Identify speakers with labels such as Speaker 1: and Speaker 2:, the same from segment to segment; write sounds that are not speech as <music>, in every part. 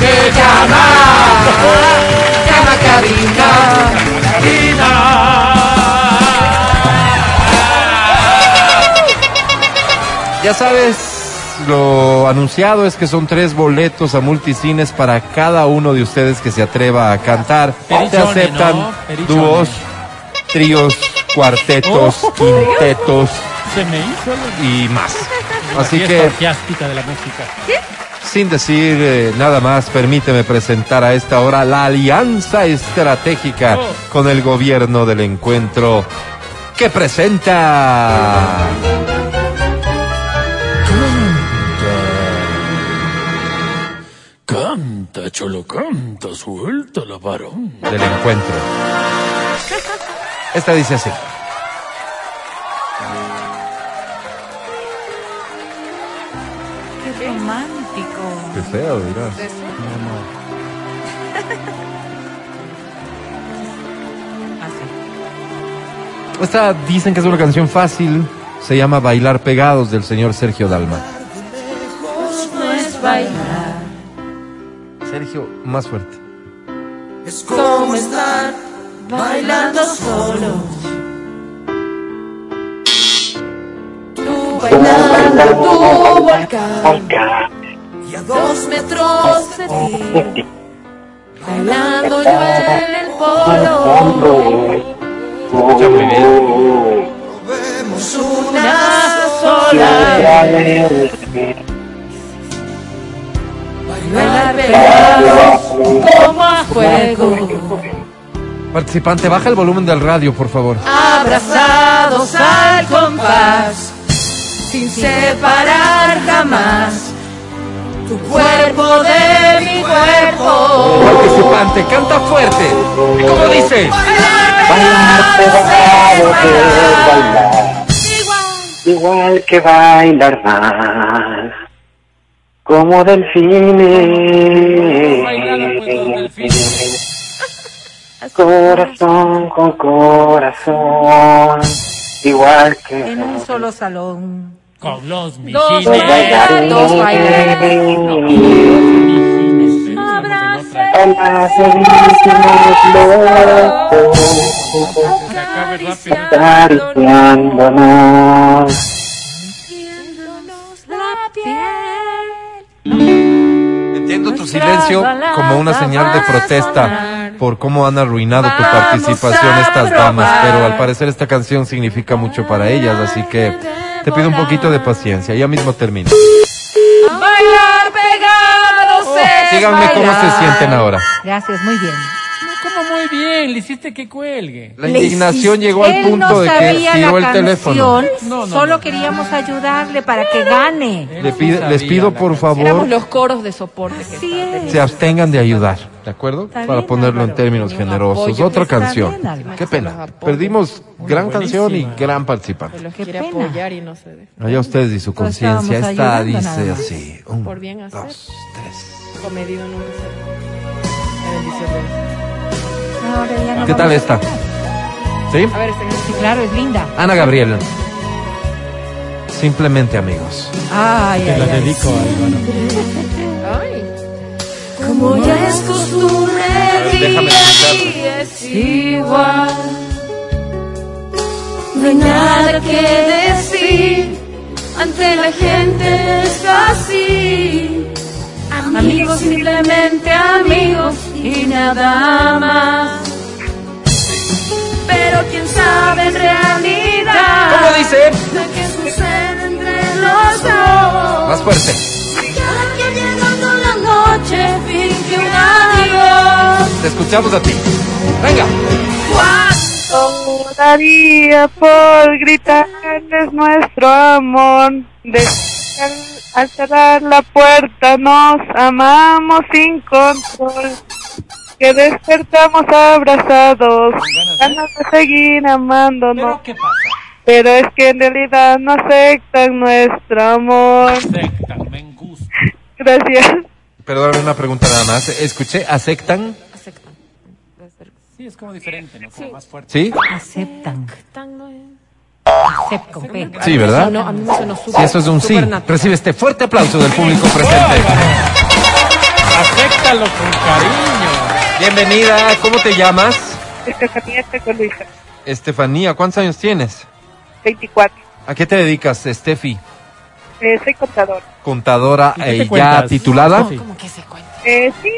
Speaker 1: que llamar. Llama a cabina.
Speaker 2: Ya sabes, lo anunciado es que son tres boletos a multicines para cada uno de ustedes que se atreva a cantar.
Speaker 3: Perichone,
Speaker 2: Te aceptan
Speaker 3: ¿no? Perichone.
Speaker 2: dúos, tríos, cuartetos,
Speaker 3: Oh.
Speaker 2: quintetos
Speaker 3: Se me hizo la-
Speaker 2: y
Speaker 3: <laughs>
Speaker 2: más.
Speaker 3: la
Speaker 2: Así
Speaker 3: fiesta
Speaker 2: que,
Speaker 3: orgiástica de la música.
Speaker 2: sin decir eh, nada más, permíteme presentar a esta hora la alianza estratégica
Speaker 3: Oh.
Speaker 2: con el gobierno del encuentro que presenta...
Speaker 4: Canta, cholo, canta, suelta la varón.
Speaker 2: del
Speaker 3: <laughs>
Speaker 2: encuentro. Esta dice así.
Speaker 5: Qué romántico.
Speaker 2: Qué feo, dirás.
Speaker 5: Así.
Speaker 2: Esta dicen que es una canción fácil. Se llama Bailar Pegados del señor Sergio Dalma.
Speaker 5: No es bailar.
Speaker 2: Sergio, más fuerte.
Speaker 1: Es como estar
Speaker 5: Bailando solo. Tú bailando, tú volcán.
Speaker 1: y a dos
Speaker 5: Metros de ti. Bailando yo en el polo.
Speaker 1: vemos un
Speaker 5: Una sola. Bailar pegados como a juego.
Speaker 2: Participante, baja el volumen del radio, por favor.
Speaker 6: Ah.
Speaker 5: Abrazados al compás, sin separar jamás tu cuerpo de mi cuerpo.
Speaker 2: Participante, canta fuerte. ¿Y cómo dice?
Speaker 7: Igual que bailar más, como delfines. Corazón con corazón, igual que
Speaker 5: En un solo salón.
Speaker 3: Con los
Speaker 5: Dos
Speaker 3: mijines.
Speaker 5: bailar, dos bailar.
Speaker 7: bailarines.
Speaker 3: Mijines.
Speaker 5: Abraza
Speaker 7: Almas serísimas locos,
Speaker 5: acariciándonos
Speaker 7: acariciándonos.
Speaker 5: la piel.
Speaker 2: Entiendo tu silencio como una señal de protesta por cómo han arruinado tu participación estas damas, pero al parecer esta canción significa mucho para ellas, así que te pido un poquito de paciencia, ya mismo termino.
Speaker 5: Bailar pegados es
Speaker 2: Oh, Díganme cómo se
Speaker 5: bailar.
Speaker 2: sienten ahora.
Speaker 6: Gracias, muy bien.
Speaker 3: No, como muy bien, le hiciste que cuelgue.
Speaker 2: La
Speaker 6: Le
Speaker 2: indignación
Speaker 6: hiciste-
Speaker 2: llegó al
Speaker 6: Él
Speaker 2: punto
Speaker 6: no
Speaker 2: de que
Speaker 6: sabía
Speaker 2: tiró
Speaker 6: la
Speaker 2: el teléfono.
Speaker 6: canción,
Speaker 3: No, no,
Speaker 6: solo
Speaker 3: no.
Speaker 6: queríamos ayudarle para que gane.
Speaker 3: Él
Speaker 2: Le
Speaker 3: no
Speaker 2: pide-
Speaker 3: sabía
Speaker 2: les pido
Speaker 3: la
Speaker 2: por
Speaker 3: canción.
Speaker 2: favor
Speaker 5: Éramos los coros de soporte. que
Speaker 6: Así
Speaker 5: estaban.
Speaker 6: es.
Speaker 2: se abstengan de ayudar, ¿de acuerdo?
Speaker 6: Está
Speaker 2: Para
Speaker 6: bien,
Speaker 2: ponerlo en
Speaker 6: Álvaro.
Speaker 2: términos
Speaker 5: Ni un
Speaker 2: generosos.
Speaker 5: apoyo.
Speaker 2: Otra
Speaker 6: Está
Speaker 2: canción.
Speaker 6: bien, Álvaro.
Speaker 2: Qué pena.
Speaker 5: Apoyo.
Speaker 2: Perdimos gran canción y
Speaker 3: buenísima.
Speaker 2: gran participante.
Speaker 5: Los
Speaker 6: Qué
Speaker 5: quiere
Speaker 6: pena.
Speaker 5: apoyar y no se deja.
Speaker 2: Allá ustedes y su
Speaker 6: Todos
Speaker 2: conciencia. Esta
Speaker 6: estábamos ayudando
Speaker 2: dice
Speaker 6: nada más.
Speaker 2: así. Un,
Speaker 5: Por bien hacer.
Speaker 2: dos, tres.
Speaker 5: Comedido en un desierto. La bendición de Dios.
Speaker 6: Ahora ya no
Speaker 2: ¿Qué
Speaker 6: vamos
Speaker 2: tal
Speaker 6: a-
Speaker 2: esta? ¿Sí?
Speaker 5: A ver, este
Speaker 6: Sí, claro, es linda.
Speaker 2: Ana Gabriel. Simplemente amigos.
Speaker 6: Ay,
Speaker 3: Te
Speaker 6: ay,
Speaker 3: la
Speaker 6: ay.
Speaker 3: dedico a Álvaro.
Speaker 5: Ay,
Speaker 6: Como ya es costumbre.
Speaker 2: Déjame
Speaker 5: es igual. No hay nada que decir. Ante la gente es así. Amigos, simplemente amigos y nada más. Pero quién sabe en realidad.
Speaker 2: ¿Cómo dice?
Speaker 5: Lo que sucede entre los dos.
Speaker 2: Más fuerte.
Speaker 5: Cada que llegando la noche finge un adiós.
Speaker 2: Te escuchamos a ti. Venga.
Speaker 7: ¿Cómo daría por gritarles nuestro amor? De al cerrar la puerta nos amamos sin control. Que despertamos abrazados, ganas de seguir amándonos.
Speaker 3: ¿Qué pasa?
Speaker 7: Pero es que en realidad no aceptan nuestro amor.
Speaker 3: Secta, me gusta.
Speaker 7: Gracias.
Speaker 2: Perdóname una pregunta nada más. Escuché, ¿aceptan?
Speaker 5: Aceptan.
Speaker 3: Sí, es como diferente, ¿no? Como más fuerte.
Speaker 2: ¿Sí?
Speaker 6: Aceptan.
Speaker 5: Tan no es.
Speaker 6: Acepto. P.
Speaker 2: Sí, ¿verdad?
Speaker 5: No, a mí me suena
Speaker 2: Si eso es un sí,
Speaker 5: supernatural.
Speaker 2: recibe este fuerte aplauso del público presente.
Speaker 3: Acéptalo con cariño.
Speaker 2: Bienvenida, ¿cómo te llamas?
Speaker 7: Estefanía Luisa,
Speaker 2: Estefanía, ¿cuántos años tienes?
Speaker 7: 24.
Speaker 2: ¿A qué te dedicas, Estefi?
Speaker 7: Eh, soy contador.
Speaker 2: Contadora
Speaker 3: ¿Y qué te
Speaker 2: eh, ya
Speaker 3: cuentas?
Speaker 2: titulada.
Speaker 3: Sí.
Speaker 7: Eh, sí,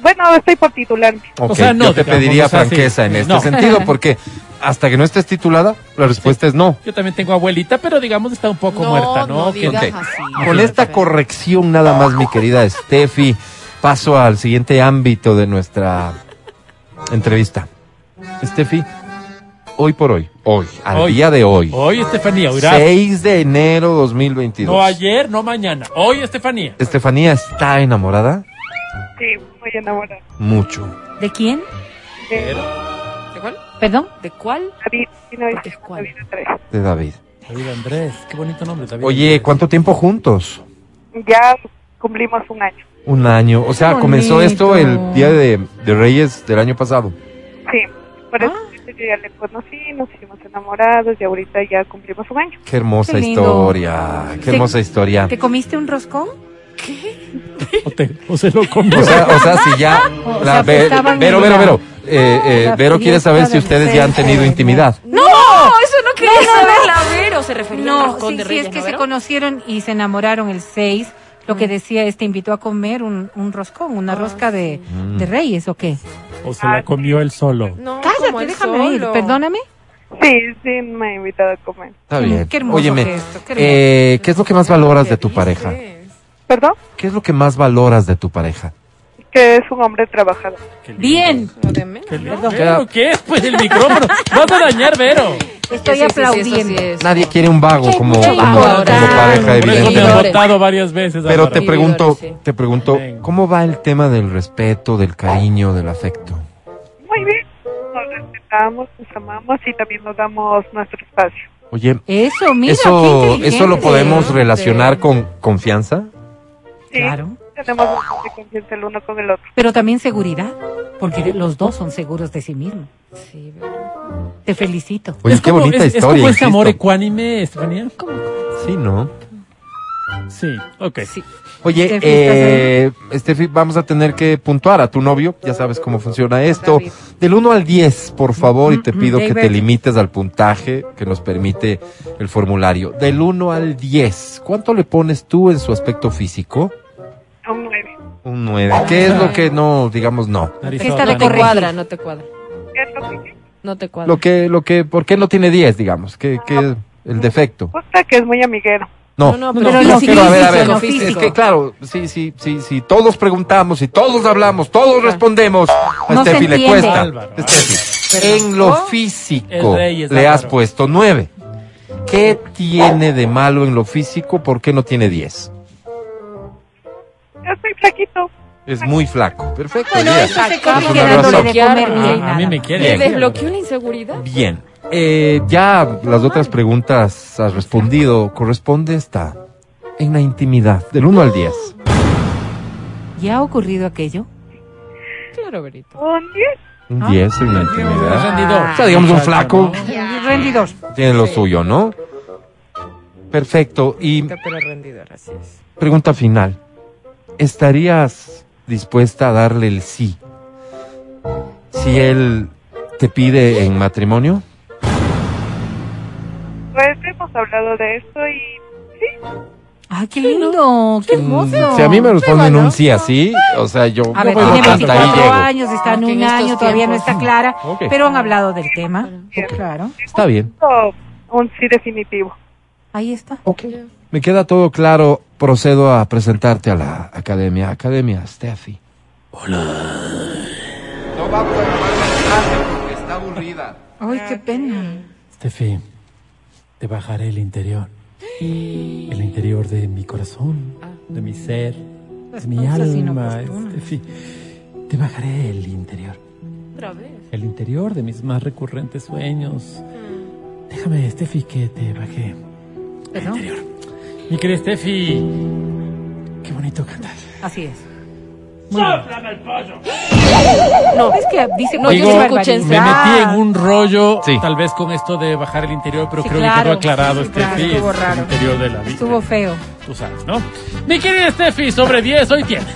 Speaker 7: bueno, estoy por titularme.
Speaker 2: Ok,
Speaker 3: O sea, no,
Speaker 2: yo te
Speaker 3: digamos,
Speaker 2: pediría
Speaker 3: o sea, sí.
Speaker 2: franqueza en este
Speaker 3: No. <laughs>
Speaker 2: sentido, porque hasta que no estés titulada, la respuesta es no.
Speaker 3: Yo también tengo abuelita, pero digamos está un poco muerta, ¿no? Que-
Speaker 2: digas
Speaker 8: digas
Speaker 2: así.
Speaker 8: así.
Speaker 2: Con esta corrección nada más, mi querida Steffi, paso al siguiente ámbito de nuestra entrevista. Steffi, hoy por hoy, hoy, al
Speaker 3: Hoy.
Speaker 2: día de hoy,
Speaker 3: Hoy, Estefanía, oirás.
Speaker 2: 6 de enero 2022.
Speaker 3: No ayer, no mañana. Hoy, Estefanía.
Speaker 2: Estefanía está enamorada
Speaker 7: Sí, muy enamorada. Eh,
Speaker 2: mucho.
Speaker 6: ¿De quién?
Speaker 7: De
Speaker 8: ¿De cuál?
Speaker 6: ¿Perdón?
Speaker 8: ¿De cuál?
Speaker 7: David,
Speaker 8: ¿Cuál?
Speaker 7: 1993.
Speaker 2: De David.
Speaker 3: David Andrés, qué bonito nombre, David.
Speaker 2: Oye,
Speaker 3: Andrés.
Speaker 2: ¿cuánto tiempo juntos?
Speaker 7: Ya cumplimos un año.
Speaker 2: Un año. O sea,
Speaker 6: Qué
Speaker 2: comenzó esto el
Speaker 6: bonito.
Speaker 2: día de, de Reyes del año pasado.
Speaker 7: Sí, por eso yo ya le conocí, nos hicimos enamorados y ahorita ya cumplimos un año.
Speaker 2: Qué hermosa
Speaker 6: Qué lindo.
Speaker 2: historia. Qué
Speaker 6: Sí.
Speaker 2: hermosa historia.
Speaker 6: ¿Te comiste un roscón?
Speaker 3: O, te- o se lo comió.
Speaker 2: O sea, o sea, si ya.
Speaker 6: <laughs> O
Speaker 2: la
Speaker 6: sea,
Speaker 2: Ve-
Speaker 6: estaban
Speaker 2: Vero,
Speaker 6: en
Speaker 2: Vero,
Speaker 6: la-
Speaker 2: Vero. Eh, eh,
Speaker 6: la
Speaker 2: Vero quiere
Speaker 6: fiesta Mm,
Speaker 2: saber si
Speaker 6: del
Speaker 2: ustedes ya han
Speaker 6: centro,
Speaker 2: tenido
Speaker 6: ¿no?
Speaker 2: intimidad.
Speaker 8: No, eso no quería saber la Vero. Se refería al
Speaker 6: No,
Speaker 8: roscón
Speaker 6: sí,
Speaker 8: de
Speaker 6: sí,
Speaker 8: Reyes,
Speaker 6: es que
Speaker 8: ¿no,
Speaker 6: se
Speaker 8: Vero?
Speaker 6: conocieron y se enamoraron el 6. Lo
Speaker 8: Mm.
Speaker 6: que decía este invitó a comer un, un roscón,
Speaker 8: Ah,
Speaker 6: una rosca de,
Speaker 2: Mm.
Speaker 6: de reyes, ¿o qué?
Speaker 3: O se la comió él solo.
Speaker 8: No, como
Speaker 6: Cállate,
Speaker 8: él
Speaker 6: déjame ir,
Speaker 8: solo.
Speaker 6: perdóname.
Speaker 7: Sí, sí, me ha invitado a comer.
Speaker 2: Está
Speaker 6: Mm,
Speaker 2: bien.
Speaker 6: qué hermoso
Speaker 2: Óyeme,
Speaker 6: gesto, qué hermoso.
Speaker 2: eh, ¿qué es lo que más valoras de tu
Speaker 8: ¿Qué
Speaker 2: pareja?
Speaker 8: dices?
Speaker 7: ¿Perdón?
Speaker 2: ¿Qué es lo que más valoras de tu pareja?
Speaker 7: Que es un hombre trabajador.
Speaker 6: Bien,
Speaker 8: Lo de menos,
Speaker 3: Qué
Speaker 8: ¿no?
Speaker 3: lindo.
Speaker 2: Ya.
Speaker 3: Vero, ¿qué es? Pues el micrófono. Vas a dañar, Vero.
Speaker 6: estoy
Speaker 8: Sí, sí, sí,
Speaker 6: aplaudiendo.
Speaker 8: sí, eso sí
Speaker 2: Nadie quiere un vago
Speaker 6: Qué
Speaker 2: como,
Speaker 6: qué
Speaker 2: como- como
Speaker 6: importante.
Speaker 2: pareja,
Speaker 3: Por eso me han
Speaker 2: evidentemente.
Speaker 8: Seguidores.
Speaker 3: votado varias veces.
Speaker 2: Pero
Speaker 3: Álvaro.
Speaker 2: te pregunto,
Speaker 8: Seguidores, sí.
Speaker 2: te pregunto,
Speaker 3: Venga.
Speaker 2: ¿cómo va el tema del respeto, del cariño, del afecto?
Speaker 7: Muy bien, nos respetamos, nos amamos y también nos damos nuestro espacio.
Speaker 2: Oye,
Speaker 6: Eso, mira, qué
Speaker 2: eso,
Speaker 6: inteligente.
Speaker 2: eso lo podemos relacionar con confianza.
Speaker 7: Sí,
Speaker 6: Claro.
Speaker 7: tenemos bastante confianza el uno con el otro.
Speaker 6: Pero también seguridad, porque los dos son seguros de sí mismos.
Speaker 8: es. Sí, Vero.
Speaker 6: Te felicito.
Speaker 2: Oye,
Speaker 3: Es
Speaker 2: qué
Speaker 3: como-
Speaker 2: bonita
Speaker 3: es-
Speaker 2: historia.
Speaker 3: Es como ese
Speaker 2: insisto.
Speaker 3: amor ecuánime, Estefanía.
Speaker 2: Sí, ¿no?
Speaker 3: Sí, ok.
Speaker 2: Pues,
Speaker 8: Sí.
Speaker 2: Oye,
Speaker 6: Steffi,
Speaker 2: eh, Steffi, vamos a tener que puntuar a tu novio. Ya sabes cómo funciona esto.
Speaker 8: David.
Speaker 2: Del 1 al 10, por favor, y te pido que te
Speaker 6: David.
Speaker 2: limites al puntaje que nos permite el formulario. Del 1 al 10, ¿cuánto le pones tú en su aspecto físico?
Speaker 7: Un nueve.
Speaker 2: Un 9. ¿Qué es lo que no, digamos, no?
Speaker 3: Narizota,
Speaker 6: Fiesta de
Speaker 3: ¿no?
Speaker 8: No te
Speaker 6: corregir.
Speaker 8: cuadra, no te cuadra.
Speaker 7: ¿Qué es lo que
Speaker 8: No te cuadra.
Speaker 2: Lo que, lo que, ¿por qué no tiene 10, digamos? ¿Qué, qué, el defecto?
Speaker 7: gusta? Que es muy amiguero.
Speaker 2: No,
Speaker 8: No, no,
Speaker 2: no,
Speaker 8: pero
Speaker 2: no,
Speaker 8: lo
Speaker 2: no, pero a ver, a ver,
Speaker 8: físico, lo
Speaker 2: es
Speaker 8: físico.
Speaker 2: que claro, sí, sí, sí, sí, todos preguntamos y todos hablamos, todos respondemos, a
Speaker 6: No se
Speaker 2: Steffi le
Speaker 6: entiende.
Speaker 2: cuesta.
Speaker 3: Álvaro, Álvaro.
Speaker 2: Steffi, en lo físico
Speaker 3: El rey es
Speaker 2: le has
Speaker 3: Álvaro.
Speaker 2: puesto nueve. ¿Qué tiene de malo en lo físico? ¿Por qué no tiene diez?
Speaker 7: Yo soy flaquito.
Speaker 2: Es muy flaco. Perfecto.
Speaker 8: Bueno,
Speaker 2: bien.
Speaker 8: eso se
Speaker 2: Es
Speaker 8: corrige
Speaker 2: una
Speaker 8: dándole
Speaker 2: razón.
Speaker 8: de
Speaker 6: bien,
Speaker 3: Ah, a mí
Speaker 6: nada
Speaker 3: me
Speaker 6: más.
Speaker 3: quiere.
Speaker 8: ¿Te
Speaker 2: Bien.
Speaker 8: desbloqueó la inseguridad?
Speaker 2: Bien. Eh, ya las otras preguntas has respondido. Corresponde esta en la intimidad, del 1 al 10.
Speaker 6: ¿Ya ha ocurrido aquello?
Speaker 8: Claro, Verito.
Speaker 7: Un diez.
Speaker 2: Un 10 en la
Speaker 3: Es
Speaker 2: intimidad.
Speaker 3: rendidor.
Speaker 2: O sea, digamos un flaco.
Speaker 3: ¿no?
Speaker 6: Rendidos.
Speaker 2: Tiene lo suyo, ¿no? Perfecto. Y
Speaker 8: Pero rendidor, así es.
Speaker 2: pregunta final. ¿Estarías dispuesta a darle el sí si él te pide en matrimonio?
Speaker 7: Pues hemos hablado de esto y
Speaker 6: Ah, qué lindo, qué hermoso.
Speaker 2: Mm, Si a mí me responden un sí así, o sea, yo
Speaker 6: A ver,
Speaker 2: yo
Speaker 6: tiene
Speaker 2: hasta ahí
Speaker 6: 24
Speaker 2: llego.
Speaker 6: años, está en
Speaker 8: Porque
Speaker 6: un
Speaker 8: en estos
Speaker 6: año, todavía no
Speaker 8: tiempos,
Speaker 6: está clara,
Speaker 2: Ok.
Speaker 6: pero han hablado del tema. Claro,
Speaker 2: Está bien.
Speaker 7: oh, un sí definitivo.
Speaker 6: ahí está.
Speaker 2: Me queda todo claro. Procedo a presentarte a la academia. Academia, Steffi. Hola. No vamos a porque está aburrida.
Speaker 6: Ay, qué pena.
Speaker 3: Estefi, te bajaré el interior. El interior de mi corazón, de mi ser, de mi
Speaker 6: cosas sin
Speaker 3: alma,
Speaker 6: oportunas.
Speaker 3: Estefi. Te bajaré el interior.
Speaker 8: Otra vez.
Speaker 3: El interior de mis más recurrentes sueños. Déjame, Estefi, que te baje el
Speaker 6: Perdón,
Speaker 3: interior. Mi querida Estefi, qué bonito cantar.
Speaker 6: así es.
Speaker 3: ¡Sóplame el pollo!
Speaker 6: No, es que dice
Speaker 8: No, yo
Speaker 6: cualquier
Speaker 8: sí me
Speaker 6: barbaridad.
Speaker 8: escuché
Speaker 3: Me metí en un rollo,
Speaker 2: Sí.
Speaker 3: tal vez con esto de bajar el interior, pero
Speaker 6: Sí,
Speaker 3: creo
Speaker 6: claro.
Speaker 3: que quedó aclarado,
Speaker 6: Sí, claro,
Speaker 3: Estefi.
Speaker 6: estuvo
Speaker 3: es el
Speaker 6: raro.
Speaker 3: interior de la vida.
Speaker 6: Estuvo feo.
Speaker 3: Tú sabes, ¿no? Mi querida Steffi, sobre 10 hoy tienes.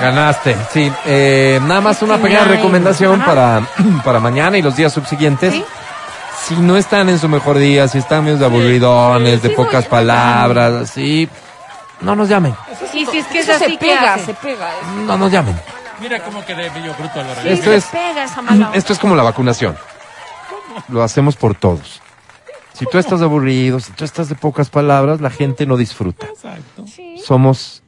Speaker 2: Ganaste, sí. Eh, nada más una pequeña recomendación para, para <clears throat> mañana y los días subsiguientes.
Speaker 6: ¿Sí?
Speaker 2: Si no están en su mejor día, si están medio de aburridones, de pocas palabras, así, no nos llamen.
Speaker 6: Y si es que es
Speaker 8: Eso
Speaker 6: así,
Speaker 8: se pega, se
Speaker 6: se
Speaker 8: pega. eso.
Speaker 2: No nos llamen.
Speaker 3: Mira cómo quedé bello bruto a la
Speaker 2: Sí. Esto
Speaker 8: se
Speaker 2: es-
Speaker 8: pega esa mala onda.
Speaker 2: Esto es como la vacunación. Lo hacemos por todos. Si tú estás aburrido, si tú estás de pocas palabras, la gente no disfruta. Somos